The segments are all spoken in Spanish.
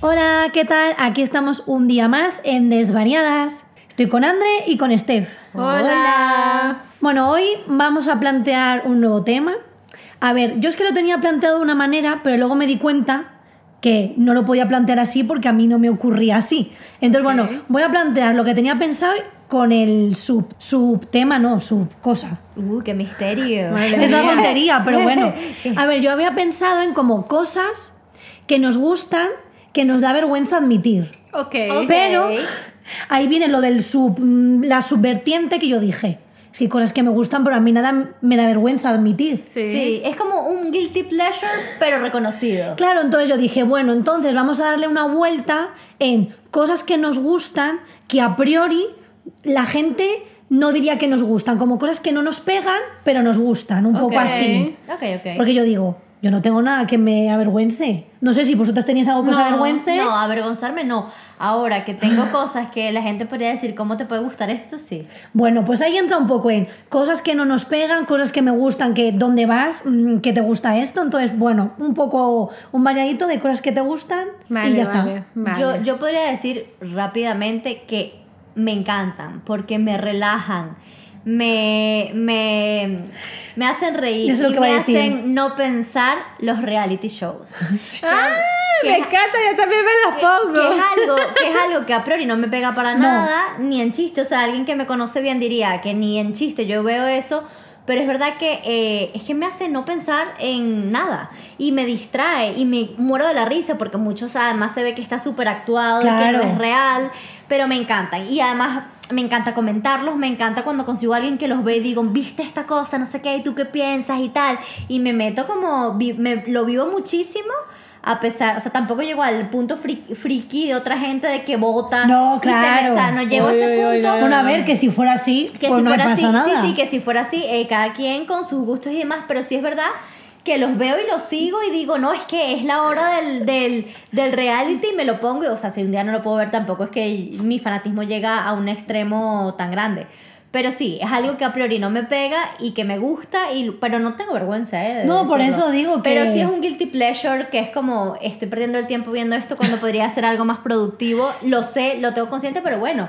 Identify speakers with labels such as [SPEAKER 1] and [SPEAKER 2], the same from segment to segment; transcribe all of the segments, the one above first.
[SPEAKER 1] Hola, ¿qué tal? Aquí estamos un día más en Desvariadas. Estoy con André y con Steph.
[SPEAKER 2] Hola.
[SPEAKER 1] Bueno, hoy vamos a plantear un nuevo tema. A ver, yo es que lo tenía planteado de una manera, pero luego me di cuenta que no lo podía plantear así porque a mí no me ocurría así. Entonces, bueno, voy a plantear lo que tenía pensado con el sub, subtema, no, sub cosa.
[SPEAKER 2] Uh, qué misterio.
[SPEAKER 1] Es una tontería, pero bueno. A ver, yo había pensado en como cosas que nos gustan, que nos da vergüenza admitir.
[SPEAKER 3] Ok.
[SPEAKER 1] Pero ahí viene lo del sub, mm, la subvertiente que yo dije. Es que hay cosas que me gustan, pero a mí nada me da vergüenza admitir.
[SPEAKER 3] Sí.
[SPEAKER 2] Sí, es como un guilty pleasure, pero reconocido.
[SPEAKER 1] Claro, entonces yo dije, bueno, entonces vamos a darle una vuelta en cosas que nos gustan, que a priori la gente no diría que nos gustan, como cosas que no nos pegan, pero nos gustan, un
[SPEAKER 3] Ok.
[SPEAKER 1] poco así.
[SPEAKER 2] Ok, ok.
[SPEAKER 1] Porque yo digo, yo no tengo nada que me avergüence. No sé si vosotras teníais algo que os
[SPEAKER 3] No,
[SPEAKER 1] avergüence.
[SPEAKER 2] No, avergonzarme no. Ahora que tengo cosas que la gente podría decir, ¿cómo te puede gustar esto? Sí.
[SPEAKER 1] Bueno, pues ahí entra un poco en cosas que no nos pegan, cosas que me gustan, que dónde vas, Mm, que te gusta esto. Entonces, bueno, un poco un variadito de cosas que te gustan y ya está.
[SPEAKER 3] vale.
[SPEAKER 2] Yo, yo podría decir rápidamente que me encantan porque me relajan, me, me, me hacen reír
[SPEAKER 1] Es lo
[SPEAKER 2] y
[SPEAKER 1] que
[SPEAKER 2] me
[SPEAKER 1] iba a decir.
[SPEAKER 2] hacen no pensar los reality shows.
[SPEAKER 3] ¡Ah!
[SPEAKER 2] Que
[SPEAKER 3] Me
[SPEAKER 2] es-
[SPEAKER 3] encanta, yo también me las pongo.
[SPEAKER 2] Que es, algo, que es algo que a priori no me pega para
[SPEAKER 1] No.
[SPEAKER 2] nada, ni en chiste. O sea, alguien que me conoce bien diría que ni en chiste yo veo eso. Pero es verdad que eh, es que me hace no pensar en nada. Y me distrae y me muero de la risa porque muchos además se ve que está súper actuado,
[SPEAKER 1] Claro.
[SPEAKER 2] que no es real. Pero me encantan. Y además me encanta comentarlos, me encanta cuando consigo a alguien que los ve y digo, viste esta cosa, no sé qué, y tú qué piensas y tal. Y me meto como, vi- me, lo vivo muchísimo. A pesar, o sea, tampoco llego al punto fri- friki de otra gente de que vota.
[SPEAKER 1] No,
[SPEAKER 2] y se-
[SPEAKER 1] claro.
[SPEAKER 2] O sea, no llego
[SPEAKER 3] Oy,
[SPEAKER 2] a ese
[SPEAKER 3] oy, oy,
[SPEAKER 2] punto.
[SPEAKER 3] oy, oy.
[SPEAKER 1] Bueno, a ver, que si fuera así,
[SPEAKER 2] Que
[SPEAKER 1] pues
[SPEAKER 2] si
[SPEAKER 1] no
[SPEAKER 2] fuera
[SPEAKER 1] pasa
[SPEAKER 2] así,
[SPEAKER 1] nada.
[SPEAKER 2] sí, sí, que si fuera así, eh, cada quien con sus gustos y demás, pero sí es verdad que los veo y los sigo y digo, no, es que es la hora del, del, del reality y me lo pongo. O sea, si un día no lo puedo ver tampoco es que mi fanatismo llega a un extremo tan grande. Pero sí, es algo que a priori no me pega y que me gusta, y, pero no tengo vergüenza, ¿eh? de
[SPEAKER 1] No, por eso digo que-
[SPEAKER 2] Pero sí es un guilty pleasure que es como, estoy perdiendo el tiempo viendo esto cuando podría hacer algo más productivo. Lo sé, lo tengo consciente, pero bueno,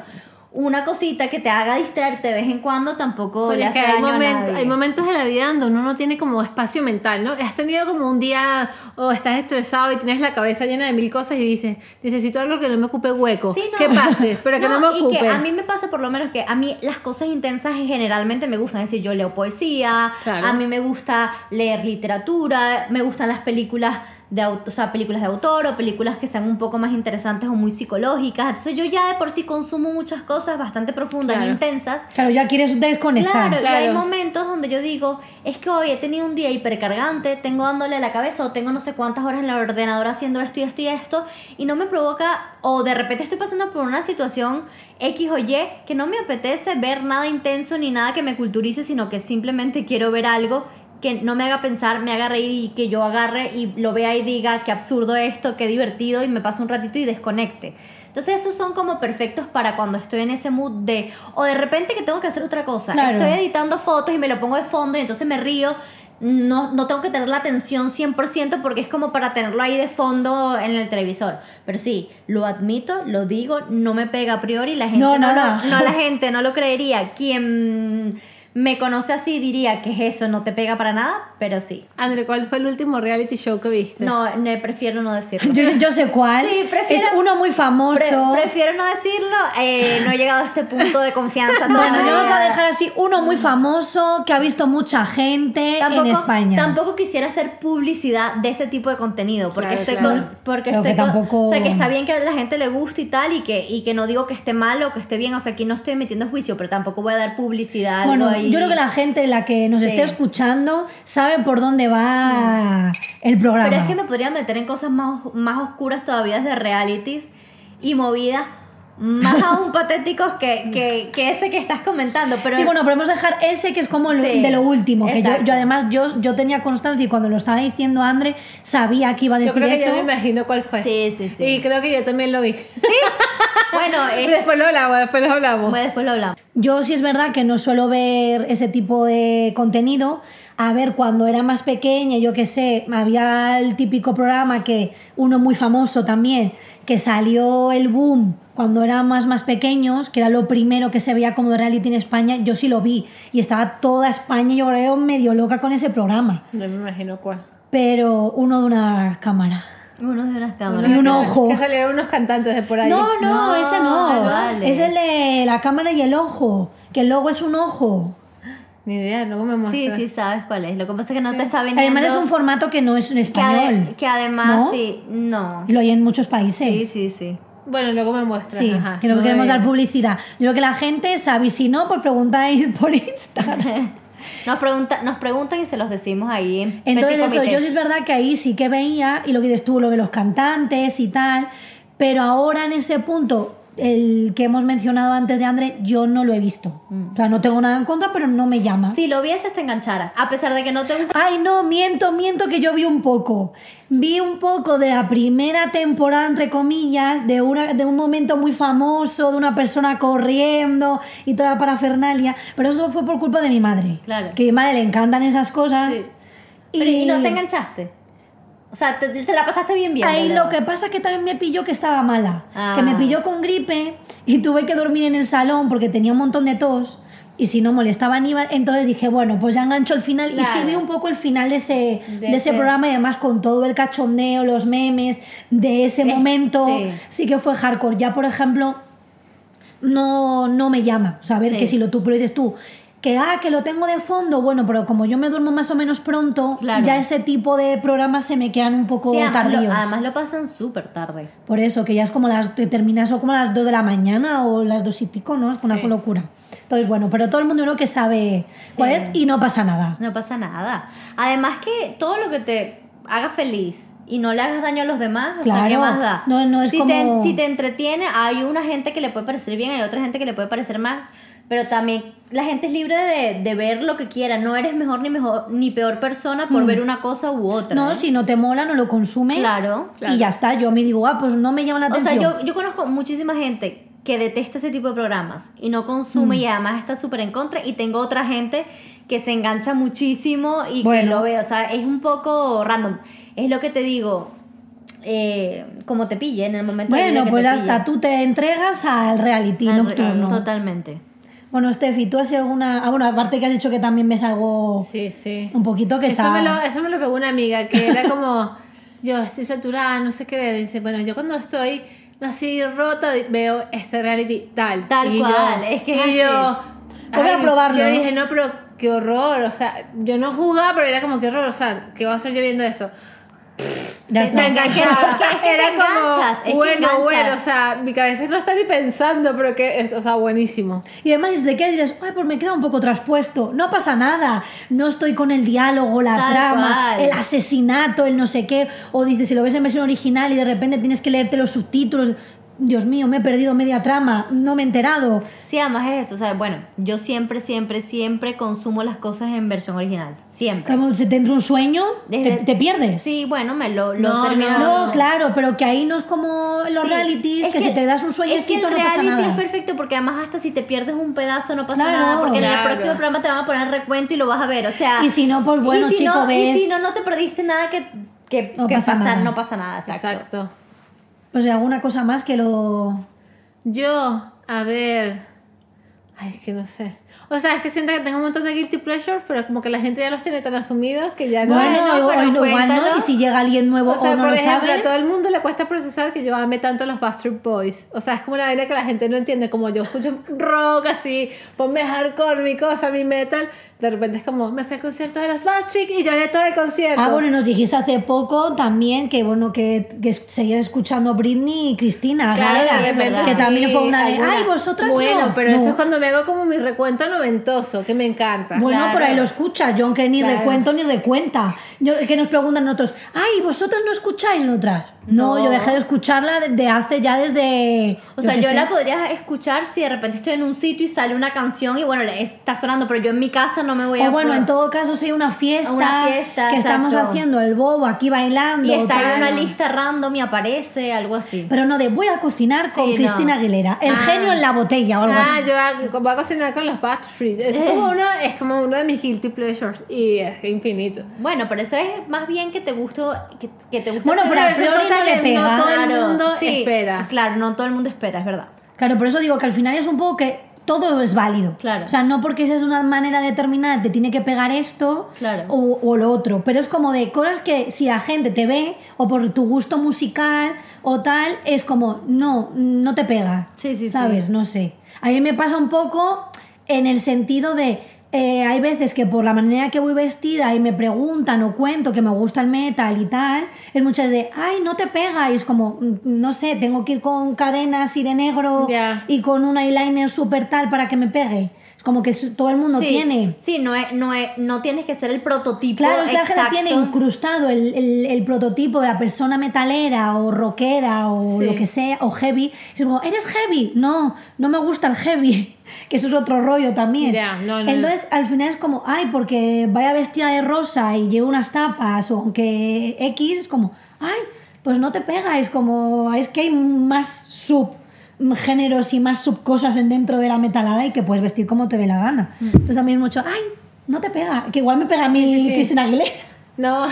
[SPEAKER 2] una cosita que te haga distraerte de vez en cuando tampoco
[SPEAKER 3] Bueno,
[SPEAKER 2] le
[SPEAKER 3] es que
[SPEAKER 2] hace
[SPEAKER 3] hay,
[SPEAKER 2] daño a
[SPEAKER 3] momento-
[SPEAKER 2] nadie.
[SPEAKER 3] hay momentos de la vida donde uno no tiene como espacio mental, ¿no? Has tenido como un día o estás estresado y tienes la cabeza llena de mil cosas y dices, necesito algo que no me ocupe hueco.
[SPEAKER 2] Sí, no.
[SPEAKER 3] Que pase, pero que no, me
[SPEAKER 2] Y
[SPEAKER 3] ocupe.
[SPEAKER 2] que a mí me pasa por lo menos que a mí las cosas intensas generalmente me gustan. Es decir, yo leo poesía,
[SPEAKER 3] Claro.
[SPEAKER 2] a mí me gusta leer literatura, me gustan las películas de autor, o sea, películas de autor o películas que sean un poco más interesantes o muy psicológicas. Entonces yo ya de por sí consumo muchas cosas bastante profundas, e
[SPEAKER 3] Claro.
[SPEAKER 2] intensas.
[SPEAKER 1] Claro, ya quieres desconectar.
[SPEAKER 2] Claro, y hay
[SPEAKER 3] Claro.
[SPEAKER 2] momentos donde yo digo, es que hoy he tenido un día hipercargante, tengo dándole a la cabeza o tengo no sé cuántas horas en el ordenador haciendo esto y esto y esto, y no me provoca, o de repente estoy pasando por una situación X o Y que no me apetece ver nada intenso ni nada que me culturice, sino que simplemente quiero ver algo que no me haga pensar, me haga reír y que yo agarre y lo vea y diga qué absurdo esto, qué divertido y me pase un ratito y desconecte. Entonces esos son como perfectos para cuando estoy en ese mood de o de repente que tengo que hacer otra cosa.
[SPEAKER 1] Claro.
[SPEAKER 2] Estoy editando fotos y me lo pongo de fondo y entonces me río. No, no tengo que tener la atención 100% porque es como para tenerlo ahí de fondo en el televisor. Pero sí, lo admito, lo digo, no me pega a priori. La gente
[SPEAKER 1] No,
[SPEAKER 2] no,
[SPEAKER 1] nada.
[SPEAKER 2] lo- no, la gente no lo creería. Quien me conoce así diría que es eso, no te pega para nada, pero sí.
[SPEAKER 3] André, ¿cuál fue el último reality show que viste?
[SPEAKER 2] No, ne- prefiero no decirlo.
[SPEAKER 1] Yo, yo sé cuál.
[SPEAKER 2] Sí, prefiero-
[SPEAKER 1] es uno muy
[SPEAKER 2] Pre-
[SPEAKER 1] famoso.
[SPEAKER 2] prefiero no decirlo, eh, no he llegado a este punto de confianza.
[SPEAKER 1] bueno,
[SPEAKER 2] todavía.
[SPEAKER 1] le vamos a dejar así uno muy famoso que ha visto mucha gente
[SPEAKER 2] Mm. Tampoco,
[SPEAKER 1] en España.
[SPEAKER 2] tampoco quisiera hacer publicidad de ese tipo de contenido porque
[SPEAKER 3] Claro,
[SPEAKER 2] estoy
[SPEAKER 3] claro.
[SPEAKER 2] con- porque
[SPEAKER 1] Pero
[SPEAKER 2] estoy
[SPEAKER 1] que
[SPEAKER 2] con-
[SPEAKER 1] tampoco-
[SPEAKER 2] o sea que está bien que a la gente le guste y tal y que y que no digo que esté mal o que esté bien o sea aquí no estoy metiendo juicio pero tampoco voy a dar publicidad algo
[SPEAKER 1] Bueno,
[SPEAKER 2] ahí.
[SPEAKER 1] yo creo que la gente, la que nos
[SPEAKER 2] Sí.
[SPEAKER 1] esté escuchando, sabe por dónde va el programa.
[SPEAKER 2] Mm. Pero es que me podría meter en cosas más, os- más oscuras todavía de realities y movidas más aún patéticos que, que, que ese que estás comentando. Pero
[SPEAKER 1] Sí, bueno, podemos dejar ese que es como lo-
[SPEAKER 2] Sí,
[SPEAKER 1] de lo último. Que yo,
[SPEAKER 2] exacto.
[SPEAKER 1] yo además, yo, yo tenía constancia y cuando lo estaba diciendo André, sabía que iba a decir
[SPEAKER 3] yo creo que
[SPEAKER 1] eso.
[SPEAKER 3] yo me imagino cuál fue.
[SPEAKER 2] Sí, sí, sí.
[SPEAKER 3] Y creo que yo también lo vi.
[SPEAKER 2] Bueno, eh,
[SPEAKER 3] después lo hablamos, después lo hablamos.
[SPEAKER 2] bueno, después lo hablamos.
[SPEAKER 1] Yo sí es verdad que no suelo ver ese tipo de contenido. A ver, cuando era más pequeña, yo qué sé, había el típico programa que uno muy famoso también, que salió el boom cuando eran más, más pequeños, que era lo primero que se veía como de reality en España, yo sí lo vi. Y estaba toda España, yo creo, medio loca con ese programa.
[SPEAKER 3] No me imagino cuál.
[SPEAKER 1] pero uno de una cámara.
[SPEAKER 2] Uno de unas cámaras.
[SPEAKER 1] Y un ojo.
[SPEAKER 3] Que salieron unos cantantes de por ahí.
[SPEAKER 1] No, no,
[SPEAKER 2] No,
[SPEAKER 1] ese no.
[SPEAKER 2] vale.
[SPEAKER 1] Es el de la cámara y el ojo. Que el logo es un ojo.
[SPEAKER 3] Ni idea, luego me
[SPEAKER 2] Sí,
[SPEAKER 3] muestra.
[SPEAKER 2] sí, sabes cuál es. Lo que pasa es que no te está vendiendo.
[SPEAKER 1] Además es un formato que no es en
[SPEAKER 2] que, ade-
[SPEAKER 1] español.
[SPEAKER 2] que además,
[SPEAKER 1] ¿No?
[SPEAKER 2] sí, no.
[SPEAKER 1] Y lo hay en muchos países.
[SPEAKER 2] Sí, sí, sí.
[SPEAKER 3] Bueno, luego me muestra.
[SPEAKER 1] Sí,
[SPEAKER 3] ajá.
[SPEAKER 1] que no
[SPEAKER 3] Muy
[SPEAKER 1] queremos
[SPEAKER 3] bien.
[SPEAKER 1] dar publicidad. Yo creo que la gente sabe, y si no, pues preguntáis por Instagram.
[SPEAKER 2] Nos, pregunta, nos preguntan y se los decimos ahí. en
[SPEAKER 1] Entonces,
[SPEAKER 2] Petit
[SPEAKER 1] eso,
[SPEAKER 2] Comité.
[SPEAKER 1] yo sí es verdad que ahí sí que veía, y lo que dices tú, lo de los cantantes y tal, pero ahora en ese punto, el que hemos mencionado antes de André, yo no lo he visto.
[SPEAKER 2] Mm.
[SPEAKER 1] O sea, no tengo nada en contra, pero no me llama.
[SPEAKER 2] Si lo vieses, te engancharas. A pesar de que no te gusta.
[SPEAKER 1] Ay, no, miento, miento que yo vi un poco. Vi un poco de la primera temporada, entre comillas, de, una, de un momento muy famoso, de una persona corriendo y toda la parafernalia. Pero eso fue por culpa de mi madre.
[SPEAKER 2] Claro.
[SPEAKER 1] Que a mi madre le encantan esas cosas.
[SPEAKER 2] Sí. Pero, Y... no te enganchaste. O sea, te, te la pasaste bien bien.
[SPEAKER 1] Ahí lo que pasa es que también me pilló que estaba mala.
[SPEAKER 2] Ah.
[SPEAKER 1] Que me pilló con gripe y tuve que dormir en el salón porque tenía un montón de tos. Y si no molestaba a Aníbal, entonces dije, bueno, pues ya engancho el final. Y sí
[SPEAKER 2] Claro.
[SPEAKER 1] vi un poco el final de ese,
[SPEAKER 2] De
[SPEAKER 1] de
[SPEAKER 2] ese-
[SPEAKER 1] ese programa y además con todo el cachondeo, los memes de ese
[SPEAKER 2] Eh,
[SPEAKER 1] momento.
[SPEAKER 2] sí.
[SPEAKER 1] Sí. que fue hardcore. Ya, por ejemplo, no, no me llama. Saber
[SPEAKER 2] Sí.
[SPEAKER 1] que si lo tú pero dices tú, que ah, que lo tengo de fondo, bueno, pero como yo me duermo más o menos pronto,
[SPEAKER 2] Claro.
[SPEAKER 1] ya ese tipo de programas se me quedan un poco
[SPEAKER 2] Sí, además,
[SPEAKER 1] tardíos.
[SPEAKER 2] lo, además lo pasan súper tarde.
[SPEAKER 1] Por eso, que ya es como las, te terminas o como las 2 de la mañana o las 2 y pico, ¿no? Es una
[SPEAKER 3] Sí.
[SPEAKER 1] locura. Entonces, bueno, pero todo el mundo uno que sabe cuál
[SPEAKER 2] Sí.
[SPEAKER 1] es y no pasa nada.
[SPEAKER 2] No pasa nada. Además que todo lo que te haga feliz y no le hagas daño a los demás, o sea, ¿qué
[SPEAKER 1] Claro.
[SPEAKER 2] más da?
[SPEAKER 1] No, no, es
[SPEAKER 2] si,
[SPEAKER 1] como-
[SPEAKER 2] te, si te entretiene, hay una gente que le puede parecer bien, hay otra gente que le puede parecer mal, pero también la gente es libre de, de ver lo que quiera. No eres mejor ni mejor ni peor persona por ver una cosa u otra.
[SPEAKER 1] Hmm. No,
[SPEAKER 2] ¿eh?
[SPEAKER 1] si no te mola, no lo consumes.
[SPEAKER 2] Claro,
[SPEAKER 1] Y ya está, yo me digo, ah, pues no me llama la
[SPEAKER 2] O sea,
[SPEAKER 1] atención.
[SPEAKER 2] yo, yo conozco muchísima gente que detesta ese tipo de programas y no
[SPEAKER 1] Mm.
[SPEAKER 2] consume y además está súper en contra. Y tengo otra gente que se engancha muchísimo y que
[SPEAKER 1] Bueno.
[SPEAKER 2] lo ve. O sea, es un poco random. Es lo que te digo, eh, como te pille en el momento de vida
[SPEAKER 1] Bueno,
[SPEAKER 2] que
[SPEAKER 1] pues
[SPEAKER 2] te
[SPEAKER 1] ya
[SPEAKER 2] pille.
[SPEAKER 1] está, tú te entregas al reality
[SPEAKER 2] Al-
[SPEAKER 1] nocturno.
[SPEAKER 2] Totalmente.
[SPEAKER 1] Bueno, Steffi, tú has sido alguna. Ah, bueno, aparte que has dicho que también ves algo
[SPEAKER 3] Sí, sí.
[SPEAKER 1] un poquito que
[SPEAKER 3] Eso
[SPEAKER 1] está.
[SPEAKER 3] me, lo, eso me lo pegó una amiga que era como, yo estoy saturada, no sé qué ver. Y dice, bueno, yo cuando estoy así rota di- veo este reality tal.
[SPEAKER 2] Tal
[SPEAKER 3] Y yo-
[SPEAKER 2] cual, es que es
[SPEAKER 3] y yo,
[SPEAKER 1] Voy a
[SPEAKER 3] ay,
[SPEAKER 1] probarlo,
[SPEAKER 3] Yo
[SPEAKER 1] ¿no?
[SPEAKER 3] dije, no, pero qué horror. O sea, yo no jugaba, pero era como, qué horror. O sea, ¿qué voy a hacer yo viendo eso?
[SPEAKER 1] Ya está.
[SPEAKER 3] Me enganchaba.
[SPEAKER 2] Es que- es que
[SPEAKER 3] era
[SPEAKER 2] te
[SPEAKER 3] como,
[SPEAKER 2] enganchas, es que
[SPEAKER 3] bueno,
[SPEAKER 2] enganchas.
[SPEAKER 3] bueno, o sea, mi cabeza no está ni pensando, pero que, es, o sea, buenísimo.
[SPEAKER 1] Y además de que dices, ay, pues me queda un poco traspuesto. No pasa nada. No estoy con el diálogo, la
[SPEAKER 2] Tal
[SPEAKER 1] trama,
[SPEAKER 2] cual.
[SPEAKER 1] el asesinato, el no sé qué. O dices, si lo ves en versión original y de repente tienes que leerte los subtítulos. Dios mío, me he perdido media trama, no me he enterado.
[SPEAKER 2] Sí, además es eso. O sea, bueno, yo siempre, siempre, siempre consumo las cosas en versión original. Siempre.
[SPEAKER 1] Como se te entra un sueño,
[SPEAKER 2] Desde-
[SPEAKER 1] te, te pierdes.
[SPEAKER 2] Sí, bueno, me lo, lo
[SPEAKER 3] No,
[SPEAKER 2] termino
[SPEAKER 3] no,
[SPEAKER 2] de
[SPEAKER 1] No,
[SPEAKER 2] ver.
[SPEAKER 1] claro, pero que ahí no es como los
[SPEAKER 2] Sí,
[SPEAKER 1] realities,
[SPEAKER 2] es
[SPEAKER 1] que, si te das un
[SPEAKER 2] Es que el
[SPEAKER 1] sueñecito no pasa
[SPEAKER 2] reality
[SPEAKER 1] nada.
[SPEAKER 2] es perfecto porque además hasta si te pierdes un pedazo no pasa
[SPEAKER 1] Claro.
[SPEAKER 2] nada porque en el
[SPEAKER 3] Claro.
[SPEAKER 2] próximo programa te van a poner recuento y lo vas a ver, o sea...
[SPEAKER 1] Y si no, pues bueno,
[SPEAKER 2] y si
[SPEAKER 1] chico,
[SPEAKER 2] no-
[SPEAKER 1] ves.
[SPEAKER 2] Y si no, no te perdiste nada que, que,
[SPEAKER 1] No
[SPEAKER 2] que
[SPEAKER 1] pasa
[SPEAKER 2] pasar,
[SPEAKER 1] nada.
[SPEAKER 2] no pasa nada, exacto.
[SPEAKER 3] Exacto.
[SPEAKER 1] Pues alguna cosa más que lo.
[SPEAKER 3] Yo, a ver. Ay, es que no sé. O sea, es que siento que tengo un montón de guilty pleasures, pero como que la gente ya los tiene tan asumidos que ya no.
[SPEAKER 1] Bueno,
[SPEAKER 2] Bueno, pero
[SPEAKER 1] hoy no, igual
[SPEAKER 2] cuéntalo.
[SPEAKER 1] no, y si llega alguien nuevo
[SPEAKER 3] o sea,
[SPEAKER 1] o no
[SPEAKER 3] por
[SPEAKER 1] lo
[SPEAKER 3] ejemplo,
[SPEAKER 1] sabe.
[SPEAKER 3] a todo el mundo le cuesta procesar que yo ame tanto los Bastard Boys. O sea, es como una vaina que la gente no entiende. Como yo escucho rock así, ponme hardcore, mi cosa, mi metal. De repente es como, me fui al concierto de los Bastard y lloré todo el concierto.
[SPEAKER 1] Ah, bueno, y nos dijiste hace poco también que bueno que, que seguías escuchando Britney y Cristina
[SPEAKER 2] Claro,
[SPEAKER 1] Aguilera,
[SPEAKER 2] sí, es verdad.
[SPEAKER 1] que también fue una de
[SPEAKER 3] alguna.
[SPEAKER 1] ay vosotras
[SPEAKER 3] Bueno,
[SPEAKER 1] no.
[SPEAKER 3] pero
[SPEAKER 1] No.
[SPEAKER 3] eso es cuando me hago como mi recuento noventoso, que me encanta.
[SPEAKER 1] bueno, por
[SPEAKER 2] Claro.
[SPEAKER 1] ahí lo escuchas, John que ni
[SPEAKER 3] Claro.
[SPEAKER 1] recuento ni recuenta. Yo- que nos preguntan otros, ay, vosotras no escucháis otras. No,
[SPEAKER 2] No.
[SPEAKER 1] yo dejé de escucharla desde hace ya desde.
[SPEAKER 2] O sea,
[SPEAKER 1] qué
[SPEAKER 2] yo
[SPEAKER 1] sé.
[SPEAKER 2] la podría escuchar si de repente estoy en un sitio y sale una canción y bueno, le- está sonando, pero yo en mi casa no me voy a...
[SPEAKER 1] O bueno,
[SPEAKER 2] poner-
[SPEAKER 1] en todo caso, si hay una fiesta,
[SPEAKER 2] Una fiesta,
[SPEAKER 1] que estamos
[SPEAKER 2] exacto.
[SPEAKER 1] haciendo el bobo aquí bailando.
[SPEAKER 2] Y está ahí
[SPEAKER 1] tal.
[SPEAKER 2] una lista random y aparece, algo así.
[SPEAKER 1] Pero no de voy a cocinar con
[SPEAKER 2] Sí, no.
[SPEAKER 1] Cristina Aguilera, el
[SPEAKER 3] Ah.
[SPEAKER 1] genio en la botella o algo
[SPEAKER 3] Ah,
[SPEAKER 1] así. Eh.
[SPEAKER 3] yo hago- voy a cocinar con los Backstreet. Es como uno, es como uno de mis guilty pleasures y es infinito.
[SPEAKER 2] Bueno, pero eso es más bien que te gustó, que, que te gusta
[SPEAKER 1] Bueno,
[SPEAKER 2] hacer
[SPEAKER 1] pero
[SPEAKER 2] la
[SPEAKER 1] a
[SPEAKER 3] son
[SPEAKER 1] priori
[SPEAKER 3] cosas
[SPEAKER 1] no le
[SPEAKER 3] que
[SPEAKER 1] pega.
[SPEAKER 3] No todo el mundo espera.
[SPEAKER 2] Claro, no todo el mundo espera, es verdad.
[SPEAKER 1] Claro, por eso digo que al final es un poco que todo es válido.
[SPEAKER 2] Claro.
[SPEAKER 1] O sea, no porque esa es una manera determinada, te tiene que pegar esto
[SPEAKER 2] Claro.
[SPEAKER 1] o, o lo otro. Pero es como de cosas que si la gente te ve o por tu gusto musical o tal, es como, no, no te pega.
[SPEAKER 2] Sí, sí, sí.
[SPEAKER 1] ¿Sabes? pues, No sé. A mí me pasa un poco en el sentido de. eh, hay veces que por la manera que voy vestida y me preguntan o cuento que me gusta el metal y tal, es muchas de, ay, no te pega. Y es como, mm, no sé, tengo que ir con cadenas y de negro
[SPEAKER 3] Ya.
[SPEAKER 1] y con un eyeliner súper tal para que me pegue. Es como que su- todo el mundo
[SPEAKER 2] sí,
[SPEAKER 1] tiene.
[SPEAKER 2] Sí, no, es, no, es, no tienes que ser el prototipo.
[SPEAKER 1] Claro, es que la gente
[SPEAKER 2] exacto.
[SPEAKER 1] tiene incrustado el, el- el prototipo de la persona metalera o rockera o
[SPEAKER 3] Sí.
[SPEAKER 1] lo que sea, o heavy. Es como, ¿eres heavy? No, no me gusta el heavy. Que eso es otro rollo también.
[SPEAKER 3] Ya, no, no,
[SPEAKER 1] Entonces, al final es como, ay, porque vaya vestida de rosa y llevo unas tapas o aunque X, es como, ay, pues no te pega. Es como, es que hay más subgéneros y más subcosas en dentro de la metalada y que puedes vestir como te dé la gana.
[SPEAKER 2] Mm.
[SPEAKER 1] Entonces, a mí es mucho, ay, no te pega. Que igual me pega a mí
[SPEAKER 3] sí, sí.
[SPEAKER 1] Cristina Aguilera.
[SPEAKER 3] No,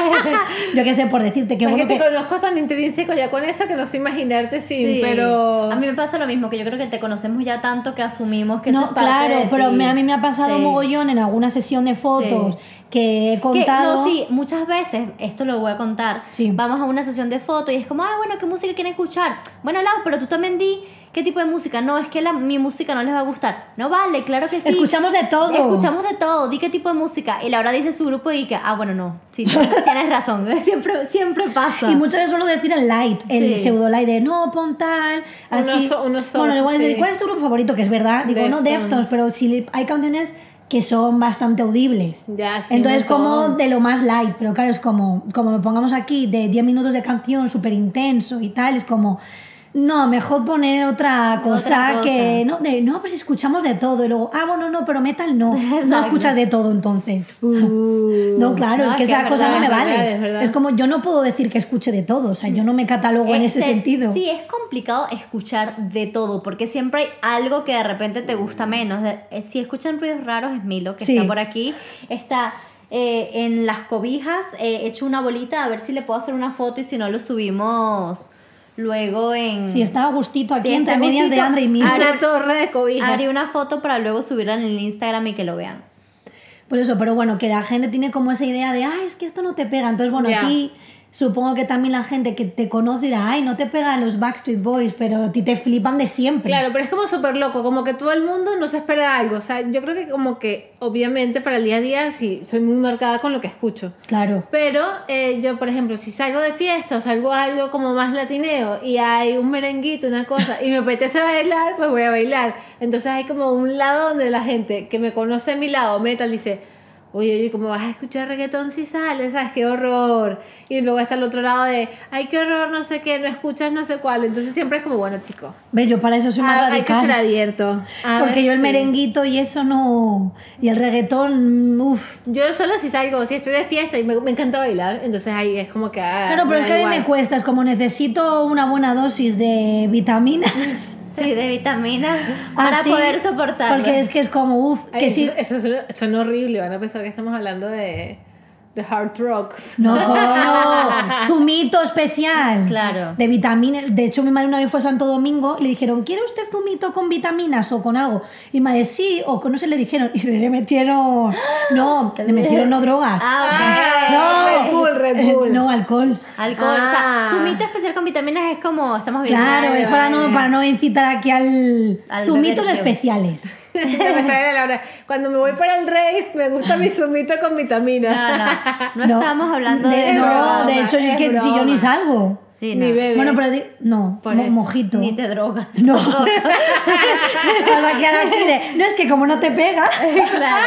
[SPEAKER 1] Yo qué sé, por decirte que
[SPEAKER 3] es
[SPEAKER 2] Pues
[SPEAKER 3] que
[SPEAKER 1] bueno
[SPEAKER 3] te
[SPEAKER 1] que...
[SPEAKER 3] conozco tan intrínseco ya con eso que no sé imaginarte sin,
[SPEAKER 2] Sí.
[SPEAKER 3] pero...
[SPEAKER 2] A mí me pasa lo mismo, que yo creo que te conocemos ya tanto que asumimos que eso
[SPEAKER 1] No,
[SPEAKER 2] es parte
[SPEAKER 1] claro,
[SPEAKER 2] de
[SPEAKER 1] pero
[SPEAKER 2] ti.
[SPEAKER 1] me- a mí me ha pasado
[SPEAKER 2] Sí.
[SPEAKER 1] mogollón en alguna sesión de fotos que he
[SPEAKER 2] Que,
[SPEAKER 1] contado.
[SPEAKER 2] no, sí, muchas veces, esto lo voy a contar,
[SPEAKER 1] Sí.
[SPEAKER 2] vamos a una sesión de fotos y es como, ah, bueno, ¿qué música quieren escuchar? Bueno, Lau, pero tú también di qué tipo de música. No, es que la, mi música no les va a gustar. No vale, claro que sí.
[SPEAKER 1] Escuchamos de todo.
[SPEAKER 2] Escuchamos de todo, di qué tipo de música. Y Laura dice su grupo y que, ah, bueno, no, sí, tienes razón, siempre, siempre pasa.
[SPEAKER 1] Y muchas veces suelo decir el light, el
[SPEAKER 2] Sí.
[SPEAKER 1] pseudo light de no, pon tal,
[SPEAKER 3] Uno
[SPEAKER 1] así.
[SPEAKER 3] so- uno solo,
[SPEAKER 1] bueno, igual
[SPEAKER 3] sí.
[SPEAKER 1] ¿cuál es tu grupo favorito? Que es verdad, digo, no
[SPEAKER 3] Deftones.
[SPEAKER 1] Deftones, pero si le- hay canciones que son bastante audibles.
[SPEAKER 3] Ya, sí,
[SPEAKER 1] Entonces,
[SPEAKER 3] un
[SPEAKER 1] como
[SPEAKER 3] montón.
[SPEAKER 1] de lo más light, pero claro, es como, como me pongamos aquí de 10 minutos de canción súper intenso y tal, es como, no, mejor poner otra cosa,
[SPEAKER 2] cosa.
[SPEAKER 1] que, no, de, no, pues escuchamos de todo, y luego, ah, bueno, no, pero metal no, no
[SPEAKER 2] Exacto.
[SPEAKER 1] escuchas de todo entonces. No, claro,
[SPEAKER 2] No,
[SPEAKER 1] es que
[SPEAKER 2] es que
[SPEAKER 1] esa
[SPEAKER 2] es
[SPEAKER 1] cosa no me
[SPEAKER 2] verdad,
[SPEAKER 3] Uh. Ah, es
[SPEAKER 1] vale.
[SPEAKER 3] verdad, es verdad.
[SPEAKER 1] Es como yo no puedo decir que escuche de todo, o sea, yo no me catalogo en ese
[SPEAKER 3] Este,
[SPEAKER 2] Excel-
[SPEAKER 1] sentido.
[SPEAKER 2] Este, Sí, es complicado escuchar de todo, porque siempre hay algo que de repente te gusta menos. De- eh, Si escuchan ruidos raros, es Milo, que
[SPEAKER 1] Mm. Sí.
[SPEAKER 2] está por aquí. Está eh, en las cobijas, eh, hecho una bolita, a ver si le puedo hacer una foto y si no lo subimos luego en...
[SPEAKER 1] Si estaba a gustito aquí
[SPEAKER 2] Sí, está
[SPEAKER 1] entre medias de
[SPEAKER 2] gustito.
[SPEAKER 1] André y mí.
[SPEAKER 2] Ahora-
[SPEAKER 3] Una torre de cobija.
[SPEAKER 2] Haré una foto para luego subirla en el Instagram y que lo vean.
[SPEAKER 1] Pues eso, pero bueno, que la gente tiene como esa idea de, ay, es que esto no te pega. Entonces, bueno,
[SPEAKER 3] Ya.
[SPEAKER 1] a ti supongo que también la gente que te conoce dirá, ay, no te pegan los Backstreet Boys, pero a ti te flipan de siempre.
[SPEAKER 3] Claro, pero es como súper loco, como que todo el mundo no se espera algo. O sea, yo creo que como que, obviamente, para el día a día sí, soy muy marcada con lo que escucho.
[SPEAKER 1] Claro.
[SPEAKER 3] Pero eh, yo, por ejemplo, si salgo de fiesta o salgo a algo como más latineo y hay un merenguito, una cosa, y me apetece bailar, pues voy a bailar. Entonces hay como un lado donde la gente que me conoce a mi lado, metal, dice, oye, oye, ¿cómo vas a escuchar reggaetón si sales? ¿Sabes qué horror? Y luego está el otro lado de, ay, qué horror, no sé qué, no escuchas, no sé cuál. Entonces siempre es como, bueno, chico,
[SPEAKER 1] Ve, yo para eso soy más
[SPEAKER 3] ah, hay que
[SPEAKER 1] radical.
[SPEAKER 3] ser abierto. A
[SPEAKER 1] porque
[SPEAKER 3] ver,
[SPEAKER 1] yo el
[SPEAKER 3] sí.
[SPEAKER 1] merenguito y eso no... Y el reggaetón, uff.
[SPEAKER 3] Yo solo si salgo, si estoy de fiesta y me, me encanta bailar, entonces ahí es como que... ah,
[SPEAKER 1] Claro, pero
[SPEAKER 3] me
[SPEAKER 1] es
[SPEAKER 3] da
[SPEAKER 1] que a mí
[SPEAKER 3] igual.
[SPEAKER 1] me cuesta, es como necesito una buena dosis de vitaminas.
[SPEAKER 2] Sí, de vitaminas para
[SPEAKER 1] Así,
[SPEAKER 2] poder soportarlo.
[SPEAKER 1] Ah, Porque es que es como, uff,
[SPEAKER 3] Ay,
[SPEAKER 1] que sí...
[SPEAKER 3] Eso, eso suena, suena horrible, van a pensar que estamos hablando de, de hard rocks.
[SPEAKER 1] No, coño. Zumito especial.
[SPEAKER 2] Claro.
[SPEAKER 1] De vitaminas. De hecho, mi madre una vez fue a Santo Domingo y le dijeron, ¿quiere usted zumito con vitaminas o con algo? Y mi madre, sí, o con no se le dijeron. Y le metieron. No, le metieron no drogas.
[SPEAKER 2] Ah,
[SPEAKER 1] no. Eh,
[SPEAKER 3] Red Bull, Red Bull.
[SPEAKER 1] No, alcohol.
[SPEAKER 2] Alcohol,
[SPEAKER 3] Ah.
[SPEAKER 2] o sea, su mito especial con vitaminas es como estamos viendo.
[SPEAKER 1] Claro,
[SPEAKER 3] vale,
[SPEAKER 1] es para no,
[SPEAKER 3] vale.
[SPEAKER 1] para no incitar aquí al.
[SPEAKER 2] Al
[SPEAKER 1] zumitos
[SPEAKER 2] beberse.
[SPEAKER 1] especiales.
[SPEAKER 3] Me sale la hora. Cuando me voy para el rave, me gusta mi zumito con vitaminas.
[SPEAKER 2] No, no, no, estamos hablando de,
[SPEAKER 1] No,
[SPEAKER 2] drogas.
[SPEAKER 1] de hecho, yo,
[SPEAKER 3] es
[SPEAKER 1] que- si yo ni
[SPEAKER 3] broma.
[SPEAKER 1] salgo.
[SPEAKER 2] Sí, no.
[SPEAKER 3] Ni bebé.
[SPEAKER 1] Bueno, pero. di- No,
[SPEAKER 3] Por
[SPEAKER 1] mo-
[SPEAKER 3] eso,
[SPEAKER 1] mojito.
[SPEAKER 2] Ni te drogas.
[SPEAKER 1] No. Ahora que ahora aquí de, no es que como no te pega.
[SPEAKER 2] claro.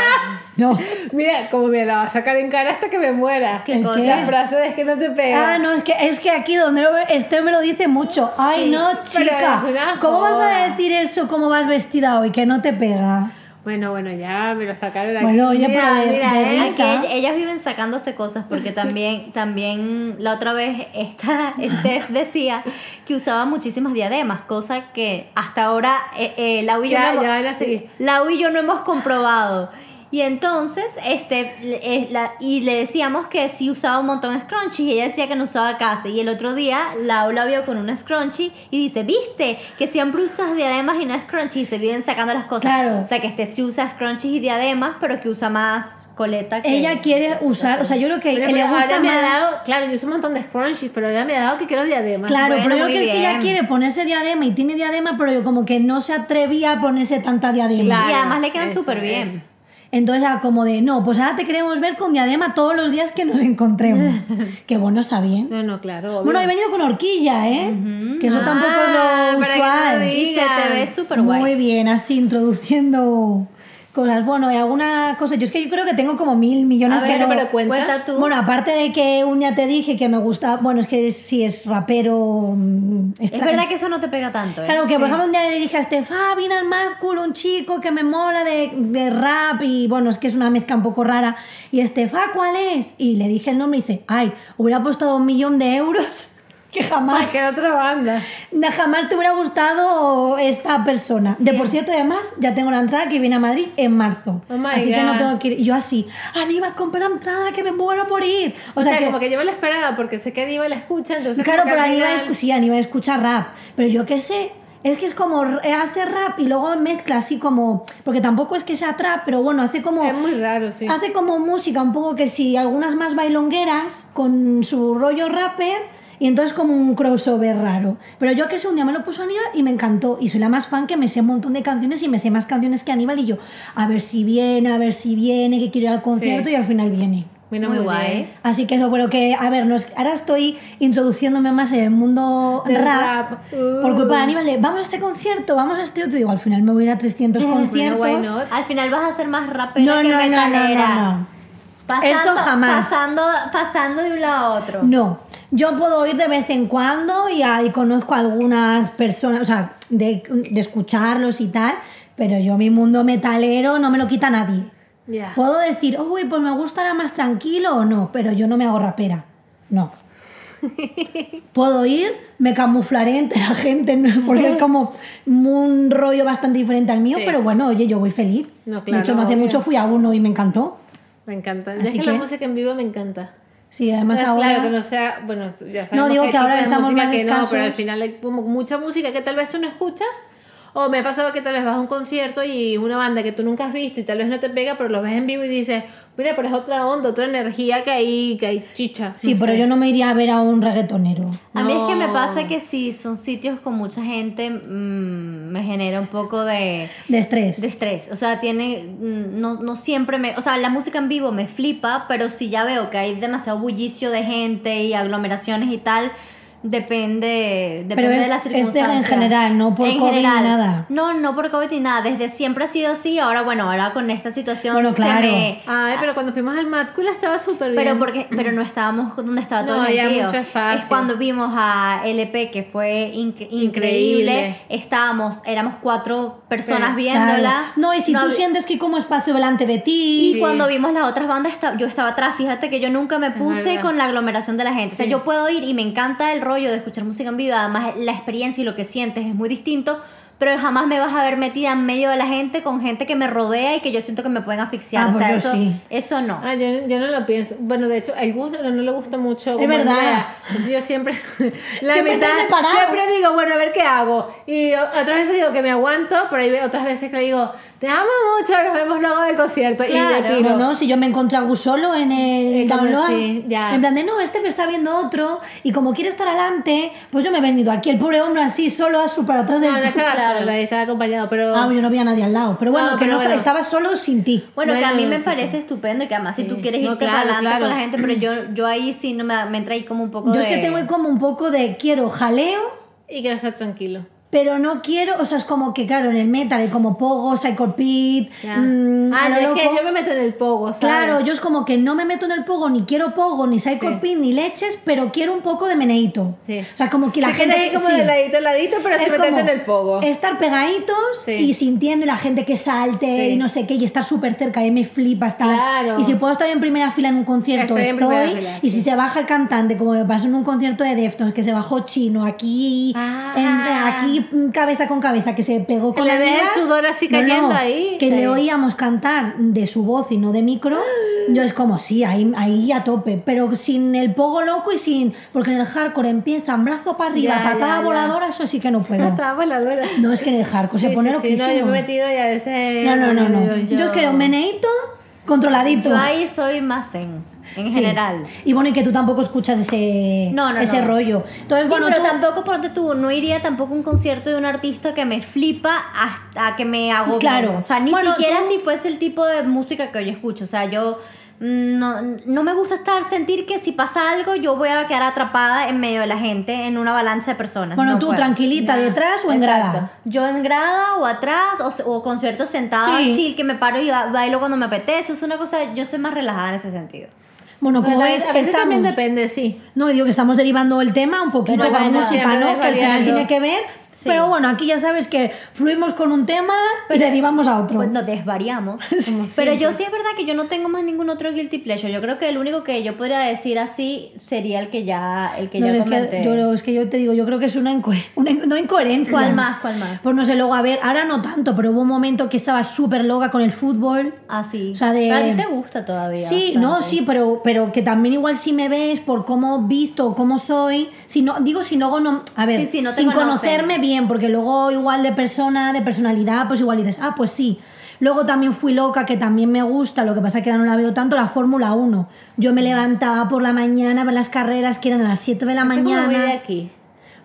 [SPEAKER 1] No.
[SPEAKER 3] Mira, como me la va a sacar en cara hasta que me muera.
[SPEAKER 2] ¿Qué cosa?
[SPEAKER 3] La frase de es que no te pega.
[SPEAKER 1] Ah, no, es que, es que aquí donde lo ve, este me lo dice mucho. Ay,
[SPEAKER 2] Sí.
[SPEAKER 1] no, chica.
[SPEAKER 3] Pero es una
[SPEAKER 1] ¿Cómo vas
[SPEAKER 3] joda.
[SPEAKER 1] a decir eso? ¿Cómo vas vestida hoy? Que no te pega.
[SPEAKER 3] Bueno, bueno, ya me lo sacaron aquí.
[SPEAKER 1] Bueno, oye,
[SPEAKER 3] Mira,
[SPEAKER 1] pero de-
[SPEAKER 3] mira,
[SPEAKER 1] de
[SPEAKER 3] eh.
[SPEAKER 2] Ay, que
[SPEAKER 1] Esa.
[SPEAKER 2] ell- ellas viven sacándose cosas porque también, también la otra vez esta Steph decía que usaba muchísimas diademas, cosa que hasta ahora eh, eh, Lau y yo
[SPEAKER 3] Ya,
[SPEAKER 2] no hemos-
[SPEAKER 3] ya van a seguir.
[SPEAKER 2] Lau y yo no hemos comprobado. Y entonces, este, le- eh, la- y le decíamos que sí usaba un montón de scrunchies y ella decía que no usaba casi. Y el otro día Lau la vio con un scrunchie y dice, viste, que siempre usas diademas y no scrunchies y se viven sacando las cosas.
[SPEAKER 1] Claro.
[SPEAKER 2] O sea, que Steph sí usa scrunchies y diademas, pero que usa más coleta que...
[SPEAKER 1] Ella quiere usar, o sea, yo creo que
[SPEAKER 3] Pero,
[SPEAKER 1] le
[SPEAKER 3] pero
[SPEAKER 1] gusta
[SPEAKER 3] ahora me
[SPEAKER 1] más.
[SPEAKER 3] ha dado, claro, yo uso un montón de scrunchies, pero ahora me ha dado que quiero diadema.
[SPEAKER 1] Claro,
[SPEAKER 2] Bueno,
[SPEAKER 1] pero yo
[SPEAKER 2] muy
[SPEAKER 1] creo que es que ella
[SPEAKER 2] bien.
[SPEAKER 1] quiere ponerse diadema y tiene diadema, pero yo como que no se atrevía a ponerse tanta diadema.
[SPEAKER 3] Claro,
[SPEAKER 2] Y además le quedan
[SPEAKER 3] eso
[SPEAKER 2] súper
[SPEAKER 3] es.
[SPEAKER 2] bien.
[SPEAKER 1] Entonces era como de, no, pues ahora te queremos ver con diadema todos los días que nos encontremos. que bueno, está bien.
[SPEAKER 3] No, no, claro. obvio.
[SPEAKER 1] Bueno, he venido con horquilla, ¿eh? Que eso
[SPEAKER 3] Ah,
[SPEAKER 1] tampoco
[SPEAKER 3] para
[SPEAKER 1] es
[SPEAKER 3] que
[SPEAKER 1] lo
[SPEAKER 3] no
[SPEAKER 1] usual.
[SPEAKER 3] digas.
[SPEAKER 2] Y se te ve súper guay.
[SPEAKER 1] Muy bien, así introduciendo cosas. Bueno, y alguna cosa. Yo es que yo creo que tengo como mil millones
[SPEAKER 3] A
[SPEAKER 1] que
[SPEAKER 3] ver,
[SPEAKER 1] no.
[SPEAKER 3] pero cuenta.
[SPEAKER 2] Cuenta tú.
[SPEAKER 1] Bueno, aparte de que un día te dije que me gusta. Bueno, es que sí es rapero. mm,
[SPEAKER 2] es
[SPEAKER 1] extra-
[SPEAKER 2] verdad que eso no te pega tanto. ¿eh?
[SPEAKER 1] Claro, que por ejemplo un día le dije a Steph, ah, viene al Mad Cool un chico que me mola de, de rap y bueno, es que es una mezcla un poco rara. Y Steph, ah, ¿cuál es? Y le dije el nombre y dice, ay, hubiera apostado un millón de euros que jamás,
[SPEAKER 3] Ay, que era otra banda.
[SPEAKER 1] na- jamás te hubiera gustado esta persona. De por cierto, además, ya tengo la entrada que viene a Madrid en marzo.
[SPEAKER 3] Oh my
[SPEAKER 1] así que no
[SPEAKER 3] God.
[SPEAKER 1] tengo que ir. Y yo así, Aníbal, compra la entrada que me muero por ir. O,
[SPEAKER 3] O sea, como que yo me la esperaba porque sé que Aníbal la escucha, entonces.
[SPEAKER 1] Claro,
[SPEAKER 3] como que
[SPEAKER 1] pero
[SPEAKER 3] al
[SPEAKER 1] Aníbal,
[SPEAKER 3] final-
[SPEAKER 1] escu- sí, Aníbal escucha rap. Pero yo qué sé, es que es como r- hace rap y luego mezcla así como. Porque tampoco es que sea trap, pero bueno, hace como.
[SPEAKER 3] Es muy raro, sí.
[SPEAKER 1] Hace como música un poco que sí, algunas más bailongueras con su rollo rapper y entonces como un crossover raro. Pero yo que sé, un día me lo puso Aníbal y me encantó y soy la más fan que me sé un montón de canciones y me sé más canciones que Aníbal y yo, a ver si viene, a ver si viene, que quiero ir al concierto y al final viene.
[SPEAKER 3] Bueno,
[SPEAKER 2] Muy
[SPEAKER 3] muy
[SPEAKER 2] guay.
[SPEAKER 3] bien.
[SPEAKER 1] Así que eso, bueno, que a ver, nos, ahora estoy introduciéndome más en el mundo
[SPEAKER 3] Del
[SPEAKER 1] rap,
[SPEAKER 3] rap. Uh.
[SPEAKER 1] por culpa de Aníbal, de vamos a este concierto, vamos a este otro, digo, al final me voy a ir a 300 conciertos.
[SPEAKER 3] Bueno, why not?
[SPEAKER 2] Al final vas a ser más rapera
[SPEAKER 1] no, no,
[SPEAKER 2] que
[SPEAKER 1] no, no, no,
[SPEAKER 2] metalera.
[SPEAKER 1] no.
[SPEAKER 2] Pasando,
[SPEAKER 1] Eso jamás.
[SPEAKER 2] Pasando, pasando de un lado a otro.
[SPEAKER 1] No, yo puedo ir de vez en cuando y, ahí conozco a algunas personas, o sea, de, de escucharlos y tal, pero yo mi mundo metalero no me lo quita nadie.
[SPEAKER 3] Ya.
[SPEAKER 1] Puedo decir, uy, pues me gustará más tranquilo o no, pero yo no me hago rapera. No. Puedo ir, me camuflaré entre la gente, ¿no? porque es como un rollo bastante diferente al mío,
[SPEAKER 3] Sí.
[SPEAKER 1] pero bueno, oye, yo voy feliz.
[SPEAKER 3] No,
[SPEAKER 1] de
[SPEAKER 3] claro,
[SPEAKER 1] hecho, no hace
[SPEAKER 3] obvio.
[SPEAKER 1] mucho fui a uno y me encantó.
[SPEAKER 3] Me encanta.
[SPEAKER 1] Así
[SPEAKER 3] es que, la
[SPEAKER 1] que-
[SPEAKER 3] música en vivo me encanta.
[SPEAKER 1] Sí, además
[SPEAKER 3] Pero
[SPEAKER 1] ahora...
[SPEAKER 3] Claro, que no sea. Bueno, ya sabemos
[SPEAKER 1] digo que
[SPEAKER 3] hay
[SPEAKER 1] ahora
[SPEAKER 3] tipos de
[SPEAKER 1] estamos
[SPEAKER 3] música
[SPEAKER 1] más
[SPEAKER 3] que no, pero al
[SPEAKER 1] escasos.
[SPEAKER 3] final hay como mucha música que tal vez tú no escuchas. O me ha pasado que tal vez vas a un concierto y una banda que tú nunca has visto y tal vez no te pega, pero lo ves en vivo y dices, mira, pero es otra onda, otra energía que hay, que hay chicha.
[SPEAKER 1] Sí,
[SPEAKER 3] No
[SPEAKER 1] pero
[SPEAKER 3] sé.
[SPEAKER 1] yo no me iría a ver a un reggaetonero.
[SPEAKER 2] A mí es que me
[SPEAKER 3] No.
[SPEAKER 2] pasa que si son sitios con mucha gente, mm, me genera un poco de,
[SPEAKER 1] De estrés.
[SPEAKER 2] de estrés. O sea, tiene. mm, No, no siempre me. O sea, la música en vivo me flipa, pero si ya veo que hay demasiado bullicio de gente y aglomeraciones y tal. Depende, depende
[SPEAKER 1] es-
[SPEAKER 2] de las
[SPEAKER 1] es de- en
[SPEAKER 2] circunstancias.
[SPEAKER 1] general, no por COVID ni nada.
[SPEAKER 2] No, no por COVID ni nada. Desde siempre ha sido así. Ahora, bueno, ahora con esta situación
[SPEAKER 1] Bueno,
[SPEAKER 2] se
[SPEAKER 1] claro.
[SPEAKER 2] me-
[SPEAKER 3] Ay, pero cuando fuimos al Mátcula estaba súper bien.
[SPEAKER 2] Pero porque, pero no estábamos donde estaba todo
[SPEAKER 3] No,
[SPEAKER 2] el
[SPEAKER 3] había
[SPEAKER 2] gentío.
[SPEAKER 3] mucho espacio.
[SPEAKER 2] Es cuando vimos a LP que fue inc- increíble.
[SPEAKER 3] Increíble.
[SPEAKER 2] Estábamos, éramos cuatro personas
[SPEAKER 3] Sí,
[SPEAKER 2] viéndola.
[SPEAKER 1] Claro. No, y si tú
[SPEAKER 2] hab-
[SPEAKER 1] sientes que hay como espacio delante de ti.
[SPEAKER 2] y cuando vimos las otras bandas, esta- yo estaba atrás. Fíjate que yo nunca me puse
[SPEAKER 3] verdad.
[SPEAKER 2] con la aglomeración de la gente. O sea, yo puedo ir y me encanta el rollo de escuchar música en vivo. Además, la experiencia y lo que sientes es muy distinto. Pero jamás me vas a ver metida en medio de la gente con gente que me rodea y que yo siento que me pueden asfixiar.
[SPEAKER 1] Ah,
[SPEAKER 2] o sea,
[SPEAKER 1] pues yo
[SPEAKER 2] eso,
[SPEAKER 1] sí.
[SPEAKER 2] eso no.
[SPEAKER 3] Ah, yo, yo no lo pienso. Bueno, de hecho, a algunos no, no le gusta mucho. como
[SPEAKER 1] verdad.
[SPEAKER 3] idea. Entonces yo siempre. la
[SPEAKER 1] Siempre están separados.
[SPEAKER 3] Siempre digo, bueno, a ver qué hago. Y o- otras veces digo que me aguanto, pero hay ve- otras veces que le digo, te amo mucho, nos vemos luego del concierto. Y
[SPEAKER 2] Claro.
[SPEAKER 3] le
[SPEAKER 1] No,
[SPEAKER 3] piro.
[SPEAKER 1] no, si yo me encontré a solo en el
[SPEAKER 3] Eh, como
[SPEAKER 1] download.
[SPEAKER 3] sí, ya.
[SPEAKER 1] En plan de, no, este me está viendo otro y como quiere estar adelante, pues yo me he venido aquí, el pobre hombre así, solo, súper atrás del
[SPEAKER 3] No, no estaba
[SPEAKER 1] Claro.
[SPEAKER 3] sola, estaba acompañado, pero.
[SPEAKER 1] Ah, yo no había a nadie al lado. Pero bueno,
[SPEAKER 3] No,
[SPEAKER 1] que
[SPEAKER 3] Ah, pero
[SPEAKER 1] no
[SPEAKER 3] bueno.
[SPEAKER 1] estaba, estaba solo sin ti.
[SPEAKER 2] Bueno, que a
[SPEAKER 3] Bueno,
[SPEAKER 2] mí me
[SPEAKER 3] chica.
[SPEAKER 2] parece estupendo y que además si tú quieres
[SPEAKER 3] No,
[SPEAKER 2] irte
[SPEAKER 3] claro,
[SPEAKER 2] para adelante con
[SPEAKER 3] claro.
[SPEAKER 2] la gente, pero yo, yo ahí sí no me, me entra ahí como un poco
[SPEAKER 1] Yo
[SPEAKER 2] de...
[SPEAKER 1] es que tengo como un poco de quiero jaleo,
[SPEAKER 3] Y quiero estar tranquilo.
[SPEAKER 1] pero no quiero, o sea, es como que claro, en el metal hay como Pogo, Psycho Pit,
[SPEAKER 3] Ya.
[SPEAKER 1] mm,
[SPEAKER 3] ah,
[SPEAKER 1] a
[SPEAKER 3] yo
[SPEAKER 1] lo
[SPEAKER 3] es que
[SPEAKER 1] loco.
[SPEAKER 3] yo me meto en el pogo, ¿sabes?
[SPEAKER 1] Claro, yo es como que no me meto en el pogo, ni quiero pogo, ni psycho
[SPEAKER 3] Sí.
[SPEAKER 1] pin, ni leches, pero quiero un poco de meneíto.
[SPEAKER 3] Sí.
[SPEAKER 1] O sea, como que la
[SPEAKER 3] Te quedas
[SPEAKER 1] gente.
[SPEAKER 3] ahí como
[SPEAKER 1] sí.
[SPEAKER 3] de ladito a ladito, pero
[SPEAKER 1] Es
[SPEAKER 3] se meterte
[SPEAKER 1] como
[SPEAKER 3] en el pogo.
[SPEAKER 1] Estar pegaditos
[SPEAKER 3] Sí.
[SPEAKER 1] y sintiendo y la gente que salte
[SPEAKER 3] Sí.
[SPEAKER 1] y no sé qué, y estar súper cerca, y me flipa estar.
[SPEAKER 3] Claro.
[SPEAKER 1] Y si puedo estar en primera fila en un concierto,
[SPEAKER 3] Estoy en
[SPEAKER 1] estoy.
[SPEAKER 3] primera fila,
[SPEAKER 1] y
[SPEAKER 3] sí.
[SPEAKER 1] si se baja el cantante, como me pasó en un concierto de Deftones, que se bajó chino aquí,
[SPEAKER 3] Ah.
[SPEAKER 1] en- aquí así mm, cabeza con cabeza, que se pegó con
[SPEAKER 3] le
[SPEAKER 1] la
[SPEAKER 3] ves
[SPEAKER 1] vida.
[SPEAKER 3] el sudor así
[SPEAKER 1] No, no,
[SPEAKER 3] cayendo ahí.
[SPEAKER 1] Que
[SPEAKER 3] Sí.
[SPEAKER 1] le oíamos cantar de su voz y no de micro. Yo es como, sí, ahí, ahí a tope. Pero sin el pogo loco y sin. Porque en el hardcore empiezan brazo para arriba,
[SPEAKER 3] Ya,
[SPEAKER 1] patada
[SPEAKER 3] ya, ya.
[SPEAKER 1] voladora, eso sí que no puedo.
[SPEAKER 3] Estaba voladora.
[SPEAKER 1] No, es que en el hardcore se
[SPEAKER 3] Sí,
[SPEAKER 1] pone
[SPEAKER 3] sí, sí,
[SPEAKER 1] loquísimo.
[SPEAKER 3] no, yo me he metido y a veces.
[SPEAKER 1] No, no, no, no.
[SPEAKER 3] Dios,
[SPEAKER 1] Yo, quiero un meneito controladito.
[SPEAKER 2] Yo ahí soy más zen, en
[SPEAKER 1] Sí.
[SPEAKER 2] general.
[SPEAKER 1] Y bueno, y que tú tampoco escuchas ese,
[SPEAKER 2] No, no,
[SPEAKER 1] ese
[SPEAKER 2] no.
[SPEAKER 1] rollo. Entonces,
[SPEAKER 2] Sí,
[SPEAKER 1] bueno,
[SPEAKER 2] pero
[SPEAKER 1] tú-
[SPEAKER 2] tampoco, por tú, no iría tampoco a un concierto de un artista que me flipa hasta que me hago.
[SPEAKER 1] Claro.
[SPEAKER 2] O sea, ni
[SPEAKER 1] Bueno,
[SPEAKER 2] siquiera
[SPEAKER 1] tú-
[SPEAKER 2] si fuese el tipo de música que yo escucho. O sea, yo mm, no, no me gusta estar, sentir que si pasa algo, yo voy a quedar atrapada en medio de la gente, en una avalancha de personas.
[SPEAKER 1] bueno
[SPEAKER 2] No
[SPEAKER 1] tú
[SPEAKER 2] puedo.
[SPEAKER 1] tranquilita detrás o en
[SPEAKER 2] Exacto.
[SPEAKER 1] grada.
[SPEAKER 2] Yo en grada o atrás o, se- o conciertos sentados
[SPEAKER 1] Sí.
[SPEAKER 2] chill que me paro y ba- bailo cuando me apetece. Es una cosa, yo soy más relajada en ese sentido.
[SPEAKER 1] Bueno,
[SPEAKER 3] Bueno,
[SPEAKER 1] como
[SPEAKER 3] también-
[SPEAKER 1] es,
[SPEAKER 3] a veces también
[SPEAKER 1] estamos-
[SPEAKER 3] depende, sí.
[SPEAKER 1] No, digo que estamos derivando el tema un poquito
[SPEAKER 3] Pero
[SPEAKER 1] para
[SPEAKER 3] bueno,
[SPEAKER 1] música,
[SPEAKER 3] siempre
[SPEAKER 1] ¿no? Que al final
[SPEAKER 3] desvariando.
[SPEAKER 1] tiene que ver.
[SPEAKER 2] Sí.
[SPEAKER 1] Pero bueno, aquí ya sabes que fluimos con un tema y derivamos a otro.
[SPEAKER 2] Pues nos desvariamos. Pero yo sí es verdad que yo no tengo más ningún otro guilty pleasure. Yo creo que el único que yo podría decir así sería el que ya, el que
[SPEAKER 1] No,
[SPEAKER 2] ya
[SPEAKER 1] es,
[SPEAKER 2] comenté.
[SPEAKER 1] que, yo, es que yo te digo, yo creo que es una, incohe- una inco- no incoherencia.
[SPEAKER 2] ¿Cuál más? ¿Cuál más?
[SPEAKER 1] Pues no sé, luego a ver, ahora no tanto, pero hubo un momento que estaba súper loca con el fútbol.
[SPEAKER 2] Así.
[SPEAKER 1] O sea, de-
[SPEAKER 2] Ah, Pero a ti te gusta todavía.
[SPEAKER 1] Sí,
[SPEAKER 2] bastante.
[SPEAKER 1] no, sí, pero, pero que también igual si me ves por cómo visto, o cómo soy, si no, digo si luego no, a ver,
[SPEAKER 2] Sí, sí, no te
[SPEAKER 1] sin
[SPEAKER 2] conocen.
[SPEAKER 1] conocerme bien, porque luego igual de persona, de personalidad, pues igual dices, ah, pues sí. Luego también fui loca, que también me gusta, lo que pasa que ahora no la veo tanto, la Fórmula 1. Yo me levantaba por la mañana, a ver las carreras que eran a las 7 de la
[SPEAKER 3] Eso es como muy de
[SPEAKER 1] mañana.
[SPEAKER 3] aquí.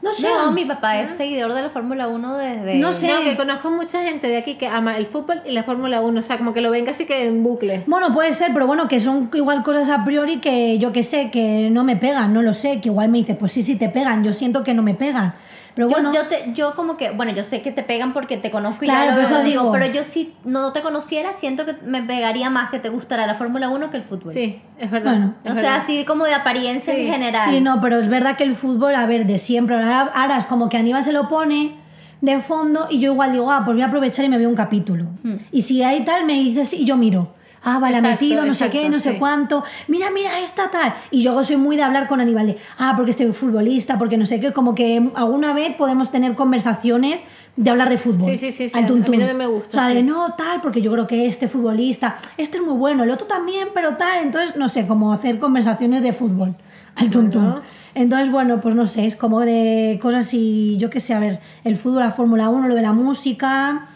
[SPEAKER 1] No sé,
[SPEAKER 2] No, mi papá es seguidor de la Fórmula 1 desde.
[SPEAKER 1] No sé. Sí.
[SPEAKER 3] No, que conozco mucha gente de aquí que ama el fútbol y la Fórmula 1. O sea, como que lo ven casi que en bucle.
[SPEAKER 1] Bueno, puede ser, pero bueno, que son igual cosas a priori que yo que sé, que no me pegan, no lo sé, que igual me dices, pues sí, sí te pegan, yo siento que no me pegan. Pero
[SPEAKER 2] Yo,
[SPEAKER 1] bueno,
[SPEAKER 2] yo, te- yo como que, bueno, yo sé que te pegan porque te conozco y
[SPEAKER 1] Claro,
[SPEAKER 2] ya lo
[SPEAKER 1] por eso
[SPEAKER 2] veo,
[SPEAKER 1] digo.
[SPEAKER 2] pero yo si no te conociera, siento que me pegaría más que te gustara la Fórmula 1 que el fútbol.
[SPEAKER 3] Sí, es verdad.
[SPEAKER 1] Bueno,
[SPEAKER 3] es
[SPEAKER 2] O sea,
[SPEAKER 3] verdad.
[SPEAKER 2] así como de apariencia
[SPEAKER 3] Sí.
[SPEAKER 2] en general.
[SPEAKER 1] Sí, no, pero es verdad que el fútbol, a ver, de siempre. Ahora, ahora es como que Aníbal se lo pone de fondo y yo igual digo, ah, pues voy a aprovechar y me veo un capítulo. Y si hay tal, me dices y yo miro. Ah, vale, ha
[SPEAKER 3] Hmm. Exacto,
[SPEAKER 1] metido, no sé qué,
[SPEAKER 3] exacto,
[SPEAKER 1] no sé
[SPEAKER 3] sí.
[SPEAKER 1] cuánto. Mira, mira, esta tal. Y yo soy muy de hablar con Aníbal de, ah, porque estoy futbolista, porque no sé qué. Como que alguna vez podemos tener conversaciones de hablar de fútbol.
[SPEAKER 3] Sí, sí, sí, sí,
[SPEAKER 1] Al
[SPEAKER 3] a mí
[SPEAKER 1] tuntún.
[SPEAKER 3] también me gusta,
[SPEAKER 1] O sea, de,
[SPEAKER 3] sí.
[SPEAKER 1] no, tal, porque yo creo que este futbolista, este es muy bueno, el otro también, pero tal. Entonces, no sé, como hacer conversaciones de fútbol al tuntún. Entonces, bueno, pues no sé, es como de cosas y yo qué sé, a ver, el fútbol, la Fórmula 1, lo de la música,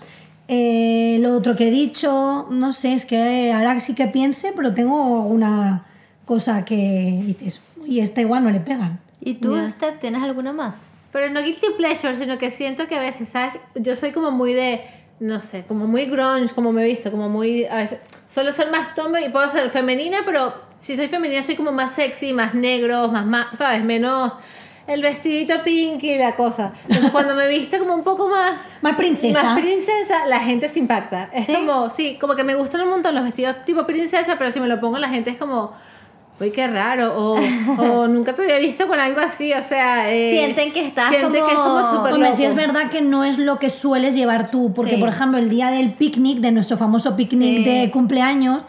[SPEAKER 1] eh, lo otro que he dicho, no sé, es que ahora sí que piense, pero tengo una cosa que dices, y esta igual no le pegan.
[SPEAKER 2] ¿Y tú,
[SPEAKER 3] Ya.
[SPEAKER 2] Steph, tienes alguna más?
[SPEAKER 3] Pero no guilty pleasure, sino que siento que a veces, ¿sabes? Yo soy como muy de, no sé, como muy grunge, como me he visto, como muy, a veces, suelo ser más tombe y puedo ser femenina, pero si soy femenina soy como más sexy, más negro, más, más ¿sabes? Menos el vestidito pink y la cosa. Entonces cuando me viste como un poco más...
[SPEAKER 1] Más princesa.
[SPEAKER 3] Más princesa, la gente se impacta. Es como, sí, como que me gustan un montón los vestidos tipo princesa, pero si me lo pongo la gente es como, uy, qué raro, o, o nunca te había visto con algo así, o sea... eh,
[SPEAKER 2] Sienten que estás
[SPEAKER 3] sienten
[SPEAKER 2] como-
[SPEAKER 3] que es como súper
[SPEAKER 1] Hombre,
[SPEAKER 3] loco.
[SPEAKER 1] sí Pues es verdad que no es lo que sueles llevar tú, porque
[SPEAKER 2] Sí.
[SPEAKER 1] por ejemplo el día del picnic, de nuestro famoso picnic
[SPEAKER 2] Sí.
[SPEAKER 1] de cumpleaños,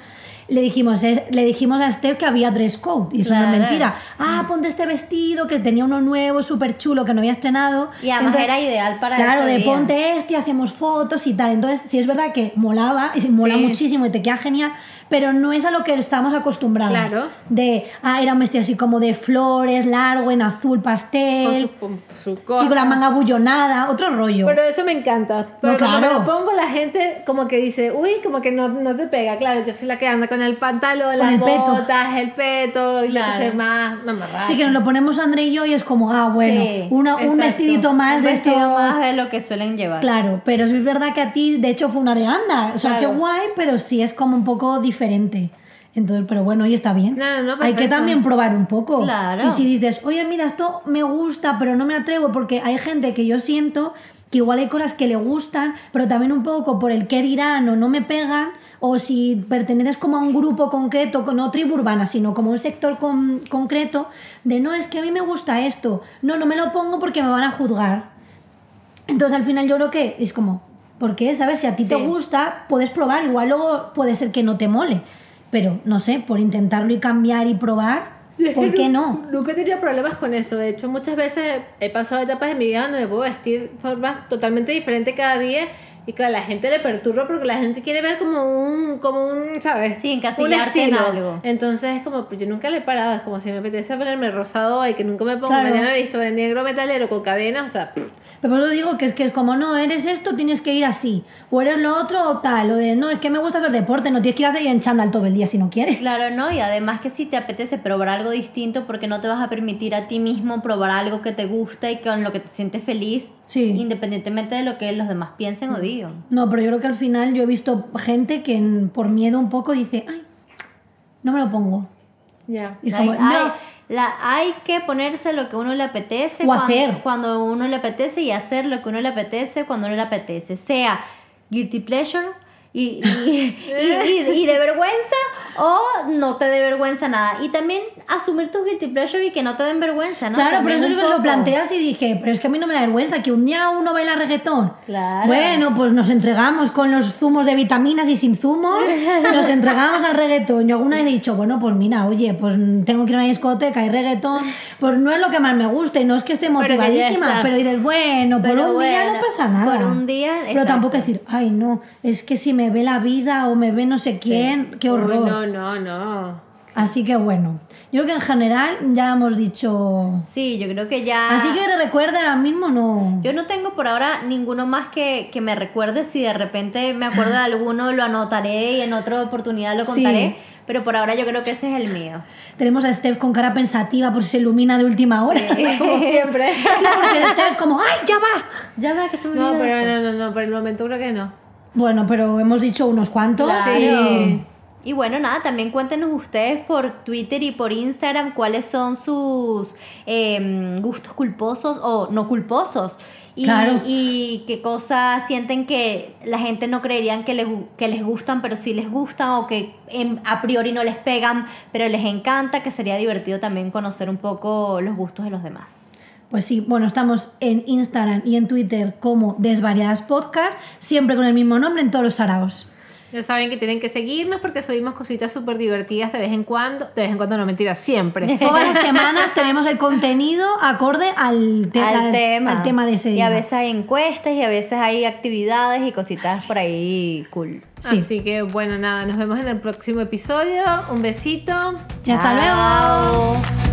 [SPEAKER 1] le dijimos, eh, le dijimos a Steph que había dress code, y eso no
[SPEAKER 2] Claro. Mm.
[SPEAKER 1] es mentira. Ah, ponte este vestido, que tenía uno nuevo, súper chulo, que no había estrenado.
[SPEAKER 2] Y además era ideal para
[SPEAKER 1] Claro,
[SPEAKER 2] ese
[SPEAKER 1] de
[SPEAKER 2] día.
[SPEAKER 1] ponte este, hacemos fotos y tal. Entonces, sí es verdad que molaba, y mola
[SPEAKER 3] Sí.
[SPEAKER 1] muchísimo y te queda genial, pero no es a lo que estamos acostumbrados.
[SPEAKER 3] Claro.
[SPEAKER 1] De, ah, era un vestido así como de flores, largo, en azul pastel.
[SPEAKER 3] Con su, con su
[SPEAKER 1] Sí,
[SPEAKER 3] cosa.
[SPEAKER 1] con la manga bullonada, otro rollo.
[SPEAKER 3] Pero eso me encanta. Pero
[SPEAKER 1] No,
[SPEAKER 3] cuando me lo
[SPEAKER 1] claro.
[SPEAKER 3] pongo, la gente como que dice, uy, como que no, no te pega. Claro, yo soy la que anda con el pantalón,
[SPEAKER 1] Con
[SPEAKER 3] las
[SPEAKER 1] el peto.
[SPEAKER 3] botas, el peto, y la
[SPEAKER 2] Claro.
[SPEAKER 3] que se más mamarracha.
[SPEAKER 1] Así que nos lo ponemos André y yo y es como, ah, bueno,
[SPEAKER 2] ah, Sí,
[SPEAKER 1] una- un
[SPEAKER 3] exacto.
[SPEAKER 1] vestidito más
[SPEAKER 2] Un
[SPEAKER 1] de
[SPEAKER 2] vestido
[SPEAKER 1] estos.
[SPEAKER 2] más de lo que suelen llevar.
[SPEAKER 1] Claro, pero es verdad que a ti, de hecho, fue una de anda. O sea,
[SPEAKER 3] Claro.
[SPEAKER 1] qué guay, pero sí es como un poco diferente. Entonces, pero bueno, y está bien.
[SPEAKER 3] No, no, no,
[SPEAKER 1] hay que
[SPEAKER 3] perfecto.
[SPEAKER 1] también probar un poco.
[SPEAKER 2] Claro.
[SPEAKER 1] Y si dices, oye, mira, esto me gusta, pero no me atrevo, porque hay gente que yo siento que igual hay cosas que le gustan, pero también un poco por el qué dirán o no me pegan, o si perteneces como a un grupo concreto, con- no tribu urbana, sino como un sector con- concreto, de no, es que a mí me gusta esto, no, no me lo pongo porque me van a juzgar. Entonces al final yo creo que es como, porque, ¿sabes? Si a ti te
[SPEAKER 3] Sí.
[SPEAKER 1] gusta, puedes probar, igual luego puede ser que no te mole, pero no sé, por intentarlo y cambiar y probar,
[SPEAKER 3] Y es que
[SPEAKER 1] ¿Por qué
[SPEAKER 3] nu-
[SPEAKER 1] no?
[SPEAKER 3] Nunca he tenido problemas con eso. De hecho, muchas veces he pasado etapas de mi vida donde me puedo vestir de formas totalmente diferentes cada día. Y claro, la gente le perturba porque la gente quiere ver como un, como un ¿sabes?
[SPEAKER 2] Sí,
[SPEAKER 3] un
[SPEAKER 2] encasillarte en
[SPEAKER 3] estilo.
[SPEAKER 2] algo.
[SPEAKER 3] Entonces es como, pues yo nunca le he parado. Es como si me apetece ponerme rosado hoy, que nunca me pongo.
[SPEAKER 1] Claro.
[SPEAKER 3] Mañana he visto de negro metalero con cadenas, o sea, pff,
[SPEAKER 1] Pero por eso digo que es que como no eres esto, tienes que ir así. O eres lo otro o tal. O de no, es que me gusta hacer deporte, no tienes que ir a hacer ir en chándal todo el día si no quieres.
[SPEAKER 2] Claro, no, y además que si te apetece probar algo distinto porque no te vas a permitir a ti mismo probar algo que te gusta y con lo que te sientes feliz,
[SPEAKER 1] Sí. Mm.
[SPEAKER 2] independientemente de lo que los demás piensen o digan.
[SPEAKER 1] No, pero yo creo que al final yo he visto gente que en- por miedo un poco dice, ay, no me lo pongo.
[SPEAKER 3] ya.
[SPEAKER 1] Y es
[SPEAKER 2] hay,
[SPEAKER 1] como, no.
[SPEAKER 2] hay- la- hay que ponerse lo que uno le apetece
[SPEAKER 1] O
[SPEAKER 2] cuando,
[SPEAKER 1] hacer.
[SPEAKER 2] cuando uno le apetece y hacer lo que uno le apetece cuando uno le apetece, sea guilty pleasure. Y, y- y- y- y de vergüenza o no te dé vergüenza nada. Y también asumir tus guilty pleasure y que no te den vergüenza, ¿no?
[SPEAKER 1] Claro, por
[SPEAKER 2] También
[SPEAKER 1] eso
[SPEAKER 2] un
[SPEAKER 1] yo lo
[SPEAKER 2] poco.
[SPEAKER 1] planteas y dije, pero es que a mí no me da vergüenza que un día uno baila reggaetón.
[SPEAKER 2] Claro.
[SPEAKER 1] Bueno, pues nos entregamos con los zumos de vitaminas y sin zumos, nos entregamos al reggaetón. Yo alguna vez he dicho, bueno, pues mira, oye, pues mm, tengo que ir a una discoteca, hay reggaetón, pues no es lo que más me gusta y no es que esté
[SPEAKER 3] que ya
[SPEAKER 1] motivadísima,
[SPEAKER 3] está.
[SPEAKER 1] pero dices, bueno, por
[SPEAKER 2] Pero
[SPEAKER 1] un día no
[SPEAKER 2] bueno,
[SPEAKER 1] pasa nada.
[SPEAKER 2] por un día,
[SPEAKER 1] Pero tampoco
[SPEAKER 2] exacto.
[SPEAKER 1] decir, ay, no, es que si me ve la vida o me ve no sé quién, qué
[SPEAKER 3] Uy,
[SPEAKER 1] horror.
[SPEAKER 3] No, no, no.
[SPEAKER 1] Así que bueno, yo creo que en general ya hemos dicho...
[SPEAKER 2] Sí, yo creo que ya.
[SPEAKER 1] Así que recuerda ahora mismo no.
[SPEAKER 2] Yo no tengo por ahora ninguno más que, que me recuerde. Si de repente me acuerdo de alguno, lo anotaré y en otra oportunidad lo
[SPEAKER 1] Sí.
[SPEAKER 2] contaré. Pero por ahora yo creo que ese es el mío.
[SPEAKER 1] Tenemos a Steph con cara pensativa por si se ilumina de última hora.
[SPEAKER 3] Como siempre.
[SPEAKER 1] Sí, porque Steph es como, ¡ay, ya va!
[SPEAKER 2] Ya va, que se me
[SPEAKER 3] No,
[SPEAKER 2] olvida
[SPEAKER 3] pero
[SPEAKER 2] esto.
[SPEAKER 3] no, no, no, por el momento creo que no.
[SPEAKER 1] Bueno, pero hemos dicho unos cuantos.
[SPEAKER 2] Claro.
[SPEAKER 1] y-
[SPEAKER 2] Y bueno, nada, también cuéntenos ustedes por Twitter y por Instagram cuáles son sus eh, gustos culposos o no culposos. Y,
[SPEAKER 1] Claro.
[SPEAKER 2] y qué cosas sienten que la gente no creerían que les, gu- que les gustan, pero sí les gustan, o que em, a priori no les pegan, pero les encanta, que sería divertido también conocer un poco los gustos de los demás.
[SPEAKER 1] Pues sí, bueno, estamos en Instagram y en Twitter como Desvariadas Podcast, siempre con el mismo nombre en todos los saraos.
[SPEAKER 3] Ya saben que tienen que seguirnos porque subimos cositas súper divertidas de vez en cuando. De vez en cuando, no mentira, siempre.
[SPEAKER 1] Todas las semanas tenemos el contenido acorde al, te-
[SPEAKER 2] al,
[SPEAKER 1] la-
[SPEAKER 2] tema.
[SPEAKER 1] al tema de ese
[SPEAKER 2] Y
[SPEAKER 1] día.
[SPEAKER 2] a veces hay encuestas y a veces hay actividades y cositas por ahí cool.
[SPEAKER 1] Sí.
[SPEAKER 3] Así que bueno, nada, nos vemos en el próximo episodio. Un besito.
[SPEAKER 1] Ya hasta luego.
[SPEAKER 2] Chao.